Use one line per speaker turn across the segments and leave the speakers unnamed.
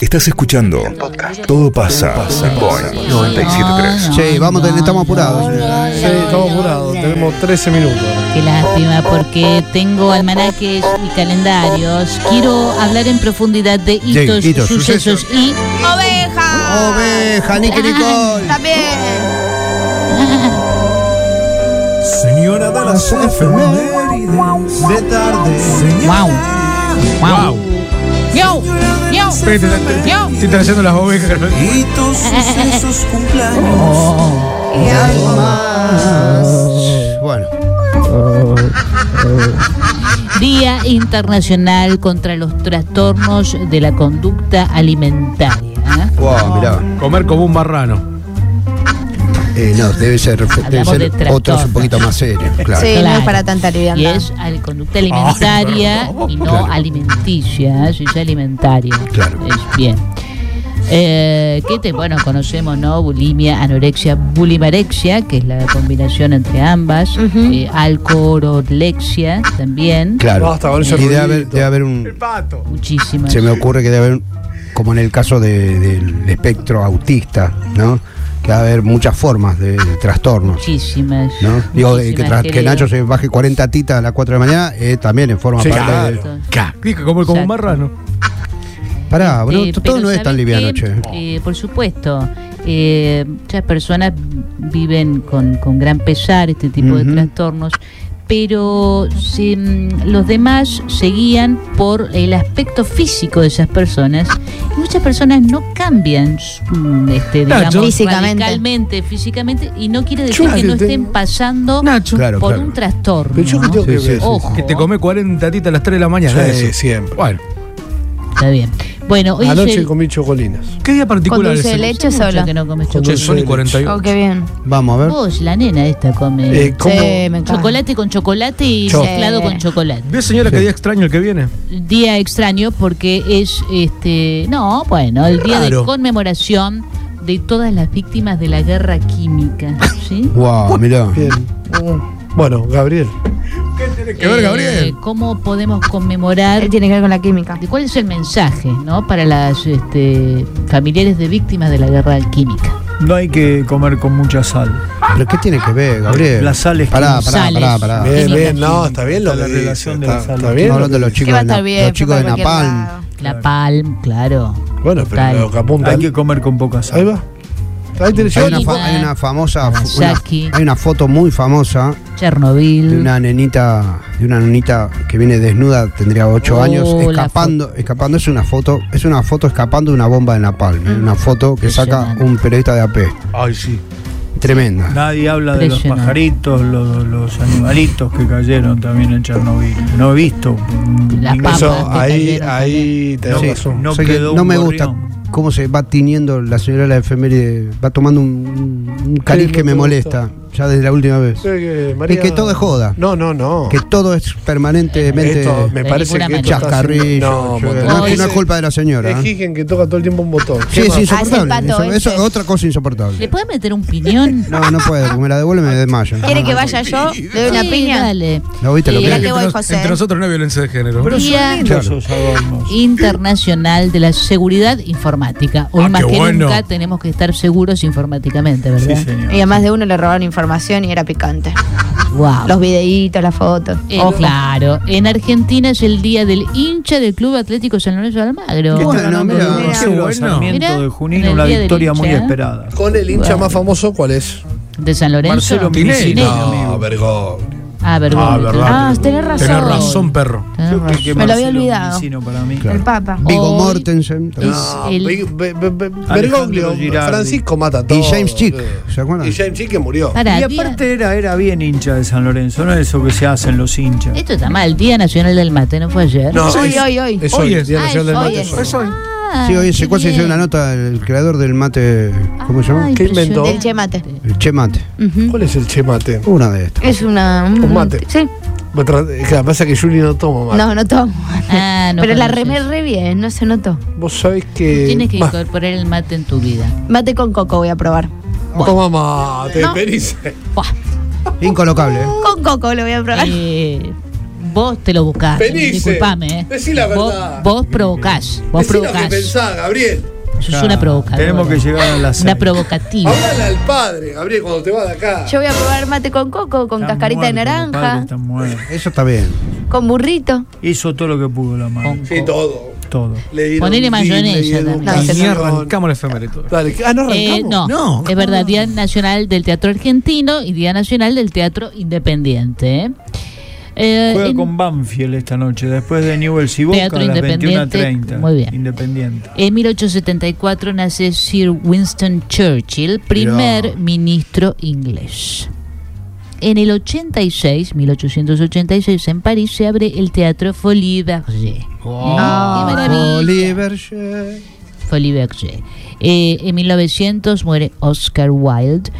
Estás escuchando Todo pasa, en Boeing
Ah,
973.
Sí, vamos, ten- estamos apurados.
Sí, estamos apurados, tenemos 13 minutos.
Qué lástima, porque tengo almanaques y calendarios. Quiero hablar en profundidad de hitos,
hitos,
sucesos, y.
Oveja.
Oveja,
Ah,
Nicky Eh, Nicole.
También.
Señora da las efemérides de tarde.
¡Wow!
¡Wow!
¡Yo! ¡Yo!
Estoy trayendo las ovejas.
Y tus sucesos cumpleaños.
Y algo más.
Bueno,
Día Internacional contra los Trastornos de la Conducta Alimentaria. ¿eh?
wow, mirá.
Comer como un marrano.
Eh, no, debe ser, debe
Ah, Hablamos de
ser
trastorno.
otros un poquito más serios, claro.
Sí, no
Claro.
es para tanta
Y
liviandad.
es al- conducta alimentaria
Ay, perdón.
y no
Claro.
alimenticia, ¿eh? si es alimentaria.
Claro.
Es bien. Eh, ¿qué te- bueno, conocemos, ¿no? Bulimia, anorexia, bulimarexia, que es la combinación entre ambas. eh, alcoholorexia también.
Claro.
Basta con ese
y debe
ruidito.
haber, debe haber un.
pato.
Muchísimas.
Se me ocurre que debe haber, un- como en el caso de- del espectro autista, ¿no? Que va a haber muchas formas de, de trastornos.
Muchísimas.
¿no? Digo, eh, que,
muchísimas,
tras- que
querido.
Nacho se baje 40 titas a las 4 de la mañana, eh, también en forma
Sí,
parte
claro.
de.
Dice Ah, comer como un
Exacto.
marrano. Ah,
Pará, bro,
Eh,
todo
pero
no es tan
¿sabes
liviano,
qué?
che.
Eh, por supuesto, eh, muchas personas viven con, con gran pesar este tipo
Ujú.
de trastornos, pero se, mm, los demás se guían por el aspecto físico de esas personas. Y muchas personas no cambian mm, este, digamos,
Físicamente.
radicalmente, físicamente, y no quiere decir
Claro,
que no
te-
estén pasando
Nacho.
Claro,
por
claro.
un trastorno.
Pero yo que tengo
Sí,
que
sí,
ver.
sí.
Ojo.
Que te come 40 titas a las 3 de la mañana.
Sí,
eso.
siempre.
Bueno,
Está bien. Bueno, hoy es
anoche
el-
comí chocolinas.
¿Qué día
Con
particular
dulce de
el-
leche
Hace mucho
solo.
que no comes
Con
chocolate.
dulce de
Son y
leche.
48.
Oh, qué bien.
Vamos a ver.
Vos, la nena esta come.
Eh, ¿cómo?
Sí, me encanta.
Chocolate con chocolate y
Cho-
mezclado
Sí.
con chocolate.
¿Ves, señora, qué
Sí.
día extraño el que viene?
Día extraño porque es este. No, bueno, el día
Raro.
de conmemoración de todas las víctimas de la guerra química. ¿sí?
Wow, mirá.
Bien. Mm. Bueno, Gabriel.
que ver,
Eh,
Gabriel.
¿Cómo podemos conmemorar?
Él tiene que ver con la química.
¿De ¿Cuál es el mensaje ¿no? para las este, familiares de víctimas de la guerra química?
No hay que comer con mucha sal.
¿Pero qué tiene que ver, Gabriel?
La sal es
Pará,
química.
pará, pará,
Sales.
pará.
Bien,
Bien,
Química,
bien, no, está bien lo
Está
que
la
dice,
relación de
está-
la sal.
Está
Estamos
bien. lo
hablando de los
que-
Que
chicos
va a
de, Na-
estar bien.
los chicos de
por cualquier
Napalm.
lado.
La palm, claro.
Bueno,
Total.
pero lo que apunta.
Hay que comer con poca
Ahí
sal.
va. Ahí tenés
Hay
yo.
una, fo-
Lima,
hay una famosa fu- una-
Nagasaki.
hay una foto muy famosa
Chernobyl.
de una nenita de una nenita que viene desnuda tendría 8
Oh,
años
la
escapando escapando es una foto es una foto escapando de una bomba de napalm ¿eh? una foto que saca
Impresionante.
un periodista de AP
Ay, sí.
tremenda
Nadie habla de los
Impresionante.
pajaritos, los, los animalitos que cayeron también en Chernobyl. No he visto. mm,
Las
ningún-
papas.
Eso,
que
ahí,
cayeron
ahí tenés
Sí.
razón.
no
O sea que
quedó
no
un
me gusta
gorrión.
cómo se va tiniendo la señora de la efeméride va tomando un, un cariz
no
que me
te
molesta ya desde la última vez
Sí, que
es
María-
que todo es joda
No, no, no.
que todo es permanentemente
Esto, me
De
parece
ninguna
que esto
manera.
está haciendo-
chascarrillo
No,
yo-
montón.
no,
no,
es que no es
Ese-
culpa de la señora
Es
¿eh?
Higgin que toca todo el tiempo un botón.
Sí,
¿Qué
es
más?
insoportable.
Hace el
Eso,
pato
eso es
ese.
otra cosa
¿Le
insoportable.
puedes meter un piñón?
No, no puede, porque me la devuelve y me desmayo.
¿Quiere que vaya yo? ¿Le doy una
Sí,
piña?
dale.
¿No viste lo
Sí,
que
Mirá
es?
que voy,
nos-
José.
nosotros no hay violencia de género.
Pero
Día-
son lindos
Claro.
esos adornos.
Internacional de la Seguridad Informática. Hoy
Ah,
más
qué
que
bueno.
nunca tenemos que estar seguros informáticamente,
Sí,
¿verdad?
señor.
Y además de uno le robaron información y era picante.
Wow.
Los videitos, las fotos.
Ah. Eh,
Ojo.
claro, en Argentina es el día del hincha del Club Atlético San Lorenzo de Almagro.
¿Qué está
Ganando
mirá.
de
Mirá.
2-0
Qué
a
bueno.
Mirá,
Sarmiento de
en
Junín,
el
una
día del
victoria muy
hincha, ¿eh?
esperada.
Con el hincha más famoso, ¿cuál es?
De San Lorenzo.
Marcelo Tinelli.
Tinelli.
No, vergo.
Ah, Bergoglio.
Ah, verdad.
Ah, tenés razón.
Tenés razón, perro.
Tenés
Creo que-
razón.
que
Me lo había
Marcelo
olvidado.
Minicino para mí.
Claro.
El Papa.
Vigo
Hoy
Mortensen.
es
Ah,
el-
Bergoglio,
Girardi.
Francisco mata todo.
Y James Chick, ¿se acuerdan?
Y James Chick que murió.
Pará,
Y
día-
aparte era, era bien hincha de San Lorenzo, no es eso que se hacen los hinchas.
Esto está mal, Día Nacional del Mate, ¿no fue ayer?
No,
Hoy,
es-
hoy, hoy.
Es Hoy hoy, es. Día
Ah,
Nacional del
es hoy,
Mate
es
es hoy.
Ah,
Sí, hoy se
qué
cuál se hizo
bien.
una nota el creador del mate, ¿cómo se
Ah,
llama?
¿Qué inventó?
Del Che Mate.
El Che Mate.
Ujú.
¿Cuál es el Che Mate?
Una de estas.
Es una. Un
mate.
Sí.
Me tra- Claro, pasa que Juli no toma mate.
No, no tomo.
Ah, no
Pero la
conoces.
remé re bien, no se notó.
Vos sabés
Eh,
que.
Tienes que
Ma-
incorporar el mate en tu vida.
Mate con coco voy a probar.
Toma mate,
No.
Perice.
Buah.
Incolocable, ¿eh?
Con coco lo voy a probar.
Eh, vos te lo buscás.
Felice,
Disculpame, ¿eh?
decí la
Vos-
verdad.
Vos, provocás. Vos
Decí lo que
provocás.
pensás, Gabriel.
Sos una provocadora.
Tenemos que llegar a las
Una
seis.
provocativa.
Hablale al padre, Gabriel, cuando te vas de acá.
Yo voy a probar mate con coco, con
Están
cascarita de
muertos, los padres
naranja,
están muertos.
Eso está bien.
con burrito.
Hizo todo lo que pudo la madre.
Con-
Sí, todo.
Todo.
Le dieron
Ponele
un
mayonesa
gin, le dieron
también.
No,
un
ese
Ni
salmón.
arrancamos la efeméride todavía.
Dale, ah, no arrancamos.
Eh, no,
No.
es verdad, Día Nacional del Teatro Argentino y Día Nacional del Teatro Independiente. ¿eh? Eh,
Juega
en-
con Banfield esta noche, después de Newell's y Boca a
Teatro
las
Independiente,
21.30.
muy bien.
Independiente.
En 1874 nace Sir Winston Churchill, primer ministro inglés. En el 86, 1886, en París se abre el Teatro Folie Berger.
Ah.
¡Qué maravilla! Folie Berger. Eh, en 1900 muere Oscar Wilde,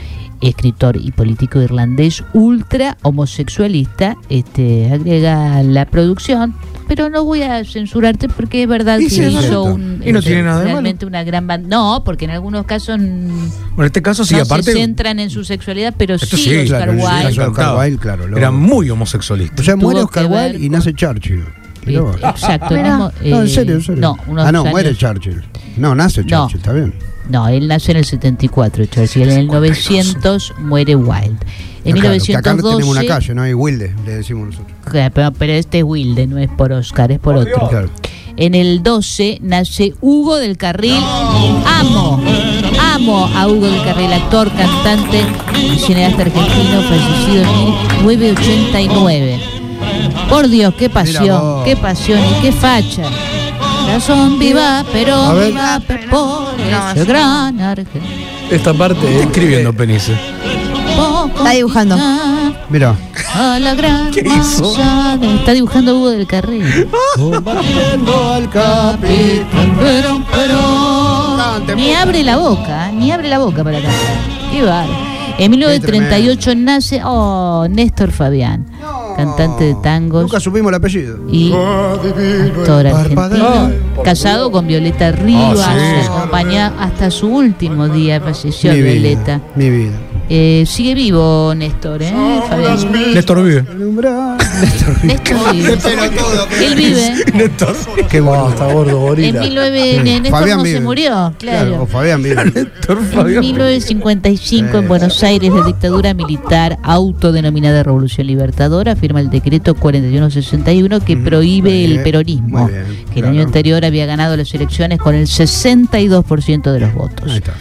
escritor y político irlandés ultra homosexualista. Este agrega la producción, pero no voy a censurarte porque es verdad
Y
que
sí, es
hizo
verdad.
un, este,
Y no tiene nada de malo.
realmente una gran banda. No, porque en algunos casos mm,
Bueno, en este caso sí,
no
aparte.
se centran en su sexualidad, pero sí,
Esto sí,
Oscar
claro, en el
Wilde.
caso de Oscar Wilde, claro. lo-
Era muy homosexualista.
O sea,
Tuvo
muere
que
Oscar
ver
Wilde y
con-
nace Churchill. Mirá vos.
Ah,
Exacto.
Mirá.
mismo,
No, en
eh,
serio, en serio.
No, unos
ah, no,
años-
muere Churchill. No, nace
No.
Churchill, está bien.
No, él nació en el 74, Churchill. En el 900 muere Wilde. En
No, claro, que acá
1912.
tenemos una calle, no hay Wilde, le decimos nosotros.
Claro, Pero, pero este es Wilde, no es por Oscar, es por otro.
Claro.
En el 12 nace Hugo del Carril. Amo, amo a Hugo del Carril, actor, cantante y cineasta argentino, fallecido en 1989. Por Dios, qué
Mira
pasión,
vos.
qué pasión y qué facha. Razón viva, pero
ver.
viva por
No,
ese
yo-
gran argentino.
Esta parte.
Está
eh,
escribiendo Penice.
Está dibujando.
Mira,
A la gran masa de- Está dibujando Hugo del Carril. Pero, pero, ni abre la boca, ¿eh? ni abre la boca para cantar. Qué bárbaro. En 1938 nace oh, Néstor Fabián, cantante de tangos
nunca supimos el apellido.
y actor argentino, casado con Violeta Rivas,
sí.
acompañado hasta su último día falleció
Mi
Violeta.
vida, mi vida.
Eh, sigue vivo Néstor, ¿eh? Fabián.
Néstor vive.
Néstor vive. Él vive.
Néstor.
Qué
No,
bueno.
está gordo,
En
gorila.
19... Néstor
Fabián
no
vive.
se murió,
o
claro.
Fabián vive.
Néstor
En
Fabián.
1955 en
Sí.
Buenos Aires la dictadura militar autodenominada Revolución Libertadora firma el decreto 4161 que
muy
prohíbe el
bien,
peronismo,
muy bien,
que el
claro.
año anterior había ganado las elecciones con el 62% de los
Ahí
votos.
está.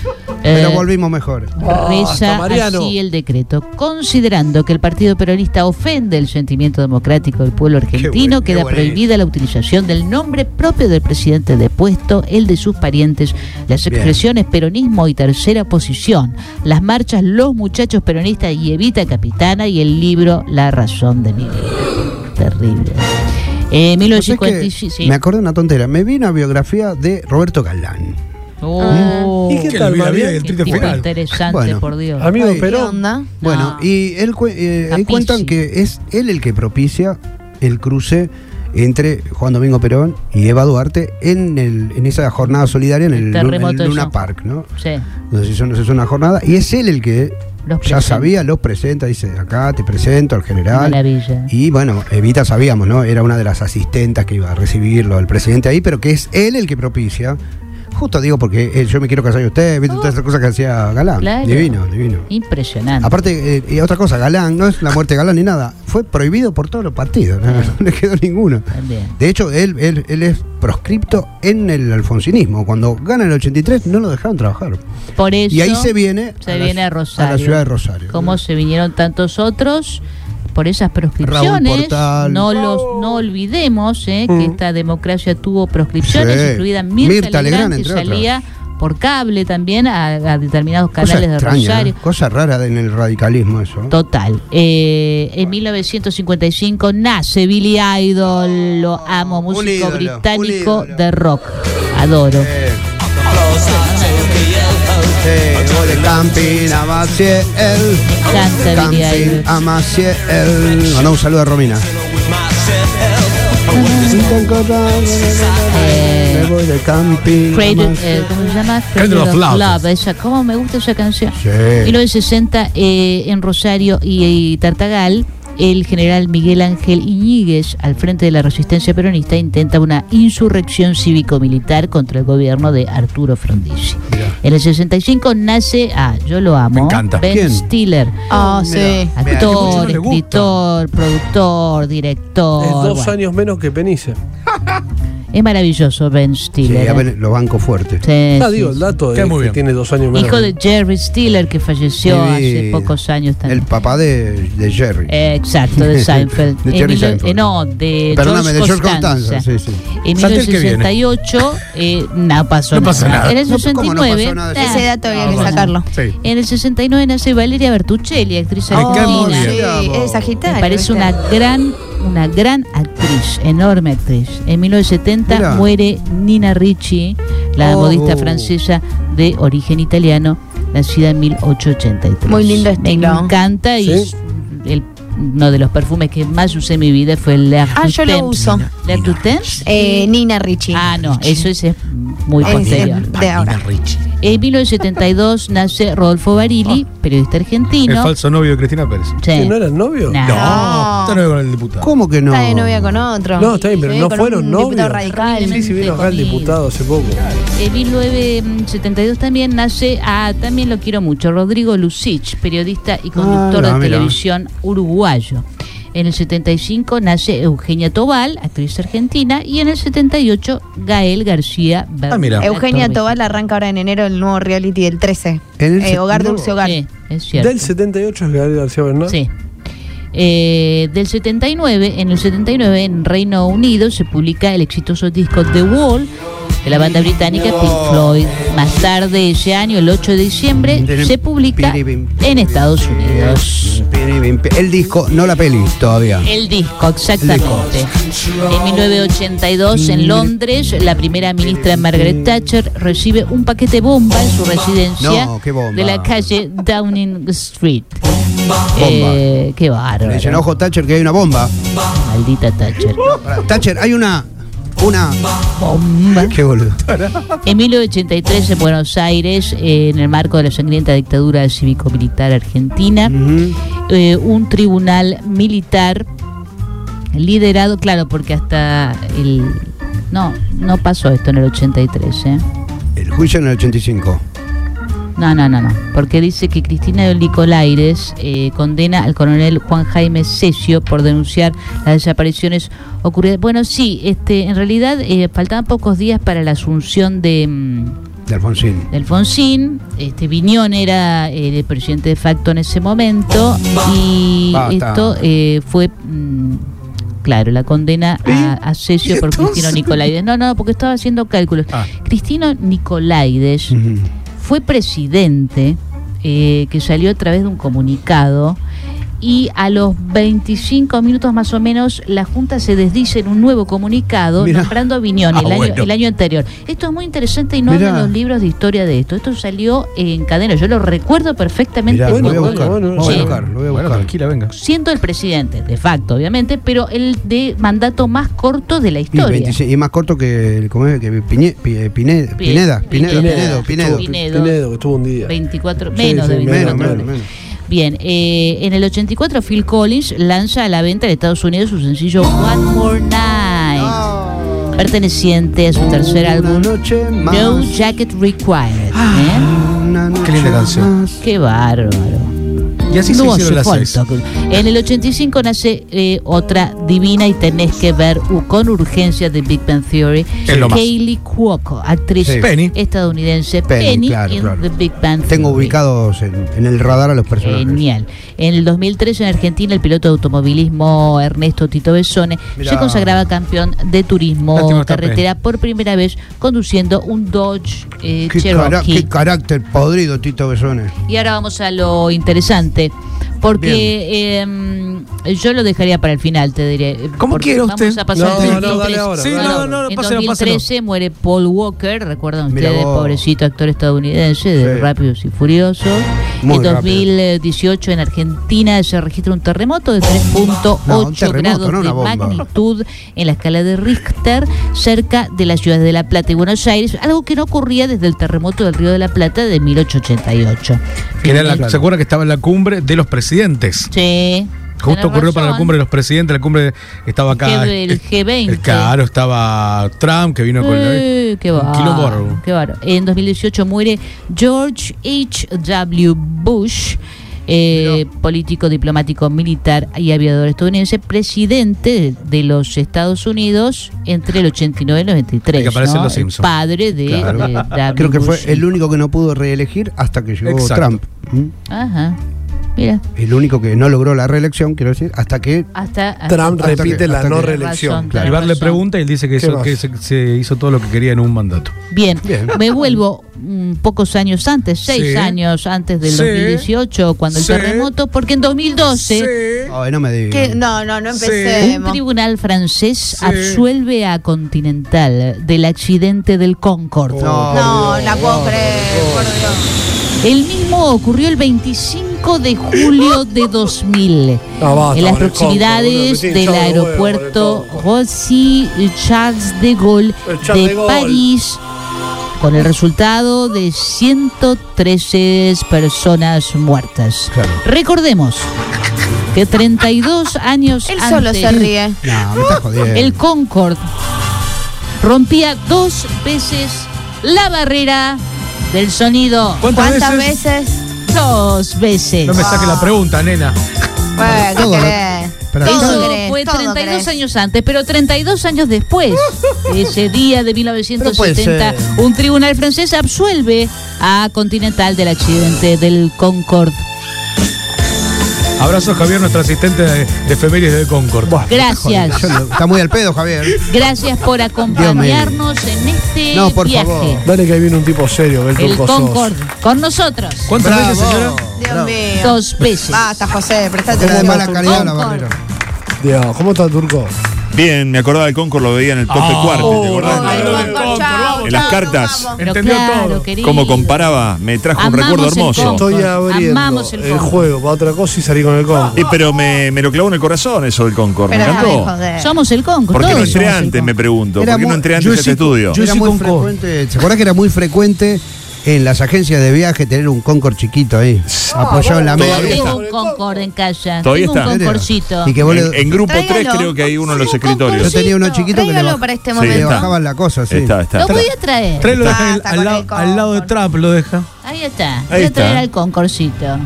Eh,
Pero volvimos mejores.
hasta
Reza
Mariano.
así el decreto. Considerando que el Partido Peronista ofende el sentimiento democrático del pueblo argentino,
bueno,
queda
qué bueno.
prohibida la utilización del nombre propio del presidente depuesto, el de sus parientes, las
Bien.
expresiones peronismo y tercera posición, las marchas Los Muchachos Peronistas y Evita Capitana y el libro La Razón de mi vida. Terrible. Eh,
Vos sabés Pues que
1955. sí.
Me acordé de una tontera. Me vi una biografía de Roberto Galán.
Oh,
¿Y qué
Que
tal,
le vi la
Mariano?
vida del
qué
Distrito
tipo
Federal.
interesante,
Bueno. Ah.
por Dios.
Amigo
Ay,
¿Qué
Perón.
onda?
Bueno, y él cue- eh, ahí
Capici.
cuentan que es él el que propicia el cruce entre Juan Domingo Perón y Eva Duarte en, el, en esa jornada solidaria en
El
el, Lu-
terremoto
el
de
Luna
San-
Park, ¿no?
Sí,
No sé si son- si es una jornada, y es él el que
los
ya
presentes.
sabía, los presenta, dice, acá te presento al general.
Maravilla.
Y bueno, Evita sabíamos, ¿no? Era una de las asistentas que iba a recibirlo, el presidente ahí, pero que es él el que propicia. Justo digo porque eh, yo me quiero casar de usted, viste todas esas cosas que hacía Galán.
Oh. Claro.
Divino, divino.
Impresionante.
Aparte, eh, y otra cosa, Galán, no es la muerte de Galán ni nada, fue prohibido por todos los partidos, no, No le quedó ninguno.
También.
De hecho, él, él, él es proscripto en el alfonsinismo. Cuando gana el 83 no lo dejaron trabajar.
Por eso
Y ahí se viene,
se
a la-
viene a Rosario.
a la ciudad de Rosario.
Como se vinieron tantos otros por esas
Raúl
proscripciones.
Portal.
No los no olvidemos eh, que esta democracia tuvo proscripciones,
Sí.
incluida Mirta,
Mirta
Legrand,
Legrand,
que
entre
salía por cable también a, a determinados
Cosa
canales de
extraña,
Rosario.
¿eh? cosa rara de- en el radicalismo eso.
Total. Eh, en 1955 nace Billy Idol, lo amo, músico
ídolo,
británico
un ídolo.
de rock. Adoro.
Eh, voy de camping a Maciel.
encanta Billy Idol.
Camping a Maciel. Mandá un saludo a Romina. Me voy de camping a
Cradle,
Maciel.
eh, ¿cómo se llama?
Cradle of Love.
esa, cómo me gusta esa canción.
Sí.
1960 eh, en Rosario y, y Tartagal el general Miguel Ángel Iñiguez, al frente de la resistencia peronista, intenta una insurrección cívico-militar contra el gobierno de Arturo Frondizi. En el 65 nace, ah, yo lo amo,
Me encanta.
Ben
¿Quién?
Stiller,
Ah, sí.
actor, escritor, productor, director.
Es dos
bueno,
años menos que Penice.
es maravilloso Ben
Sí,
Stiller.
a
¿eh?
ver, lo banco fuerte.
Sí,
Ah,
sí,
digo,
sí.
el dato
Cae
es
muy
que
bien.
tiene dos años menos.
Hijo de Jerry Stiller, que falleció
Sí,
hace pocos años también.
El papá de, de Jerry.
Eh, Exacto, de Seinfeld.
De
En
Jerry
mil-
Seinfeld.
eh, no, de
Perdóname, de
George
George Constanza.
Costanza.
Sí, sí.
En
Salte el que viene.
1968 eh, no pasó
No
nada.
pasa nada.
En el
No, ¿cómo no pasó
69,
nada?
ta,
Ese dato
Ah,
había que sacarlo.
Sí.
en el 69 nace Valeria Bertuccelli, actriz
Me cae muy
argentina.
bien.
sí, es Sagitario.
Me parece
¿viste?
una gran, una gran actriz, enorme actriz. En 1970
Mirá.
muere Nina Ricci, la
Oh.
modista francesa de origen italiano, nacida en 1883.
Muy lindo
Me
estilo.
encanta y
Sí.
es el- uno de los perfumes que más usé en mi vida fue el L'air
Ah, yo
du
lo
Temps.
uso.
¿L'air du Temps?
Eh, Nina Ricci.
Ah, no, eso es eh, muy
Es
posterior.
el de
Ah,
ahora.
En 1972 nace Rodolfo Barili, periodista
El
argentino.
falso novio de Cristina Pérez.
Sí.
Ah. ¿Que ¿No eran novios?
Nah. Ah.
No, está novio con el diputado.
¿Cómo que no?
Está de novia con otro.
No, está bien, pero
Sí,
no
con
fueron
un diputado
novios.
radical.
Sí, sí, vino acá el diputado hace poco.
En 1972 también nace, ah, también lo quiero mucho, Rodrigo Lucich, periodista y conductor
Ah, no,
de
mira.
televisión uruguayo. En el 75 nace Eugenia Tobal, actriz argentina, y en el 78 Gael García Bernal,
Ah, mira.
Eugenia
actor
Tobal arranca ahora en enero el nuevo reality del 13.
En el
Eh, hogar,
no.
dulce hogar.
Sí, es cierto.
Del 78 es Gabriel García Bernal.
Sí. Eh, del 79, en el 79 en Reino Unido se publica el exitoso disco The Wall de la banda británica Pink Floyd. Más tarde ese año, el 8 de diciembre, se publica en Estados Unidos.
El disco, no la peli todavía.
El disco, exactamente. En 1982, en Londres, la primera ministra Margaret Thatcher recibe un paquete bomba en su residencia
No, qué bomba.
de la calle Downing Street.
Bomba.
Eh, qué
Le
bárbaro.
dicen, ojo Thatcher, que hay una bomba.
Maldita Thatcher.
Pará, Thatcher, hay una. Una.
Bomba.
Qué boludo.
En 1983 en Buenos Aires, eh, en el marco de la sangrienta dictadura cívico-militar argentina,
Ujú.
eh, un tribunal militar liderado, claro, porque hasta el... No, no pasó esto en el 83, ¿eh?
El juicio en el 85.
No, no, no, no. Porque dice que Cristina de Licolaires eh, condena al coronel Juan Jaime Cesio por denunciar las desapariciones ocurridas. Bueno, sí, este, en realidad eh, faltaban pocos días para la asunción de... mm,
De Alfonsín.
de Alfonsín, este Viñón era eh, el presidente de facto en ese momento y
Basta.
esto eh, fue mm, claro la condena a, a Cesio por Cristino Nicolaides. No, no, porque estaba haciendo cálculos.
Ah.
Cristino Nicolaides
Ujú.
fue presidente eh, que salió a través de un comunicado y a los 25 minutos más o menos la Junta se desdice en un nuevo comunicado
Mirá.
nombrando a Viñón
Ah,
el, año,
bueno.
el año anterior. Esto es muy interesante y no
Mirá.
hablan los libros de historia de esto. Esto salió en cadena, yo lo recuerdo perfectamente.
Mirá,
como
lo voy a
hoy.
buscar.
bueno,
lo voy a
sí.
buscar, lo voy a
Bueno,
buscar.
tranquila, venga.
Siendo el presidente, de facto, obviamente, pero el de mandato más corto de la
Y,
historia.
26 y más corto que, el- ¿cómo es? que Piñe- Pi- Pineda,
Pi-
Pineda, Pinedo,
Pinedo,
Pinedo,
Pinedo.
Pi-
Pinedo.
Pinedo, que estuvo un día.
24,
Sí,
menos
sí,
de
menos,
24
Menos, menos, menos.
Bien, eh, en el 84 Phil Collins lanza a la venta en Estados Unidos su sencillo One More Night, perteneciente a su tercer
Oh. Una
álbum
noche más.
No Jacket Required. ¿eh?
Una noche
Qué linda canción.
más.
Qué bárbaro.
Y así se
No
hicieron
hace
las seis.
falta que- En el 85 nace eh, otra divina y tenés que ver u- con urgencia de Big Bang Theory.
Es lo más.
Kaylee Cuoco, actriz
Sí.
Penny.
estadounidense.
Penny,
Penny,
claro,
in
claro.
the Big Bang
Tengo
Theory.
ubicados en, en el radar a los personajes.
Genial. En el 2003 en Argentina el piloto de automovilismo Ernesto Tito Besone
Mirá.
se consagraba campeón de
Lástima
turismo
está
carretera por primera vez conduciendo un Dodge eh,
Qué, cara-
Cherokee.
qué carácter podrido, Tito Besone.
Y ahora vamos a lo interesante. Porque eh, yo lo dejaría para el final, te diré. eh,
¿Cómo
Porque
quiere usted?
Vamos a pasar
No,
al
no,
2013.
dale ahora, Sí, dale.
no, no, no,
En
páselo,
2013 muere Paul Walker, recuerdan
Mira
ustedes,
vos.
pobrecito actor estadounidense de
Sí.
Rápidos y Furiosos.
Muy
en
rápido.
2018 en Argentina se registra un terremoto de 3.8
No, un terremoto,
grados
no una
de
bomba.
magnitud en la escala de Richter cerca de las ciudades de La Plata y Buenos Aires, algo que no ocurría desde el terremoto del Río de la Plata de 1888.
Que era la-
Claro.
¿Se acuerda que estaba en la cumbre de los presidentes?
Sí.
Justo ocurrió para la
razón.
cumbre de los presidentes, la cumbre estaba acá.
Que el G20.
El caro estaba Trump, que vino con la-
Eh, qué
un quilombo
bárbaro,
bárbaro.
qué bárbaro. En 2018 muere George H.W. Bush, eh, político, diplomático, militar y aviador estadounidense, presidente de los Estados Unidos entre el 89 y el 93.
El que aparece en
¿no?
Los
El
Simpson.
padre de,
Claro.
eh, W.
Creo que fue
Bush.
el único que no pudo reelegir hasta que llegó
Exacto.
Trump. ¿Mm?
Ajá. Mira,
El único que no logró la reelección, quiero decir, hasta que
hasta. hasta-
Trump
Hasta que-
repite la
hasta
no
que-
reelección.
Tenés
Y Bar le
razón.
pregunta y él dice que,
¿Qué
hizo-
más?
que se, se hizo todo lo que quería en un mandato.
Bien,
Bien.
me vuelvo mm, pocos años antes, seis
Sí.
años antes del
Sí.
2018, cuando el
Sí.
terremoto, porque en 2012
Ay, no me digas.
¿Qué? No, no, no
Sí.
Un
empecemos.
tribunal francés absuelve a Continental del accidente del Concorde.
No,
No, la puedo creer, por Dios.
El mismo ocurrió el 25 de julio de 2000
Ah, basta
en las
con el Concorde,
proximidades
boludo, me
del
tiene hinchado los huevos
aeropuerto
con el Concorde.
Rosy Charles de Gaulle
El Charles de
de
Gaulle.
París con el resultado de 113 personas muertas. Recordemos que 32 años
Él solo
antes-
se ríe.
no, me estás jodiendo.
el Concorde rompía dos veces la barrera del sonido.
¿Cuántas veces?
Dos veces.
No me saques la pregunta, nena.
Bueno, ¿qué
Todo,
querés?
Pero
Todo
Eso
querés,
fue
todo
32
querés.
años antes, pero 32 años después, ese día de
Pero puede
1970,
ser.
un tribunal francés absuelve a Continental del accidente del Concorde.
Abrazo, Javier, nuestro asistente de, de efemérides de Concord.
Gracias.
Yo no- Está muy al pedo, Javier.
Gracias por acompañarnos en este
No, por
viaje.
favor.
Dale que ahí viene un tipo serio, que el
El
turco sos.
Concorde, con nosotros.
¿Cuántas veces, señora?
Dios mío.
Dos veces.
Basta, José, prestate
Era de
atención.
mala calidad la barrera.
Dios, ¿cómo está el turco?
Bien, me acordaba del Concord, lo veía en el top de cuarto, ¿te acordás?
Ay,
Ay,
Eduardo,
vamos,
chao,
vamos.
En las
chao,
cartas.
nos vamos.
Pero
Entendió
claro,
todo.
querido.
Cómo comparaba, me trajo un
Oh. Amamos
recuerdo
el
hermoso.
Concord.
Estoy abriendo
Amamos el
el,
Concorde.
juego para otra cosa y salí con el Concorde.
Eh, pero me, me lo clavó en el corazón eso del Concord, me
Pero no,
encantó.
hijo de-
Somos el Concord.
¿Por qué no
todos
entré
somos el
antes, me pregunto?
Era
¿Por qué no
muy-
entré
yo
antes a este
sí-
estudio?
yo-
Era
sí
muy
concuerdo.
frecuente. ¿Se acuerdan que era muy frecuente en las agencias de viaje tener un Concord chiquito ahí? apoyado en la
Concorde.
Todavía
mesa.
Ah, Tengo
está.
un Concord en casa.
Todavía
Tengo
está.
un Concordcito.
Y que vos
En,
le-
en grupo 3
Tráigalo.
creo que hay uno en los
Sí, un
yo
escritorios.
tenía uno chiquito que le,
Tráigalo
baj-
para este
Sí,
le
momento.
está.
bajaban la cosa, sí.
Está, está.
Lo voy a traer.
Tres lo deja
Basta
al,
con
al lado,
el
al lado de
Concord.
Trump, lo deja.
Ahí está.
Ahí
Voy a
está.
traer al Concordcito.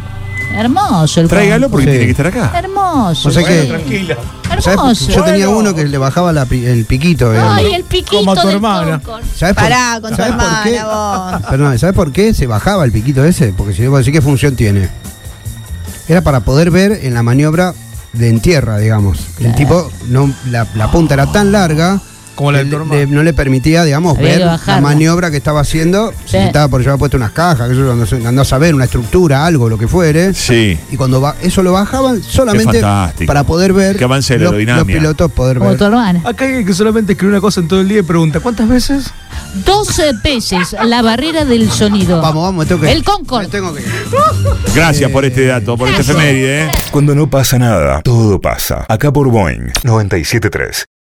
Hermoso el
Tráigalo porque
Sí.
tiene que estar acá.
Concorde. Hermoso.
O sea
sí.
que-
Tranquila.
¿Sabés?
Hermoso.
Yo tenía uno que le bajaba la pi- el piquito. eh, digamos.
Ay, el piquito
Como a tu
del
hermana.
Concord.
¿Sabés por-
Pará, con tu
¿sabés por qué?
hermana vos.
Perdón, ¿sabes por qué se bajaba el piquito ese? Porque si debo decir qué función tiene. Era para poder ver en la maniobra de entierra, digamos. El tipo, no, la, la punta era tan larga
Como la
que
de tu
le-
hermano.
le- no le permitía, digamos,
Había que
ver la
bajarla.
maniobra que estaba haciendo.
Sí.
Si estaba por llevar puesto unas cajas, que yo no sé, andás a ver, una estructura, algo, lo que fuere.
Sí.
Y cuando ba- eso lo bajaban solamente
fantástico.
para poder ver
Qué avance de la
los,
aerodinámica.
los pilotos poder
Como
ver.
tu hermana.
Acá hay alguien que solamente escribe una cosa en todo el día y pregunta, ¿cuántas veces?
12 veces la barrera del sonido.
Vamos, vamos, me tengo que
El Concord.
me tengo que ir.
Gracias por este dato, por este efeméride. ¿eh?
Cuando no pasa nada, todo pasa. Acá por Boeing
973.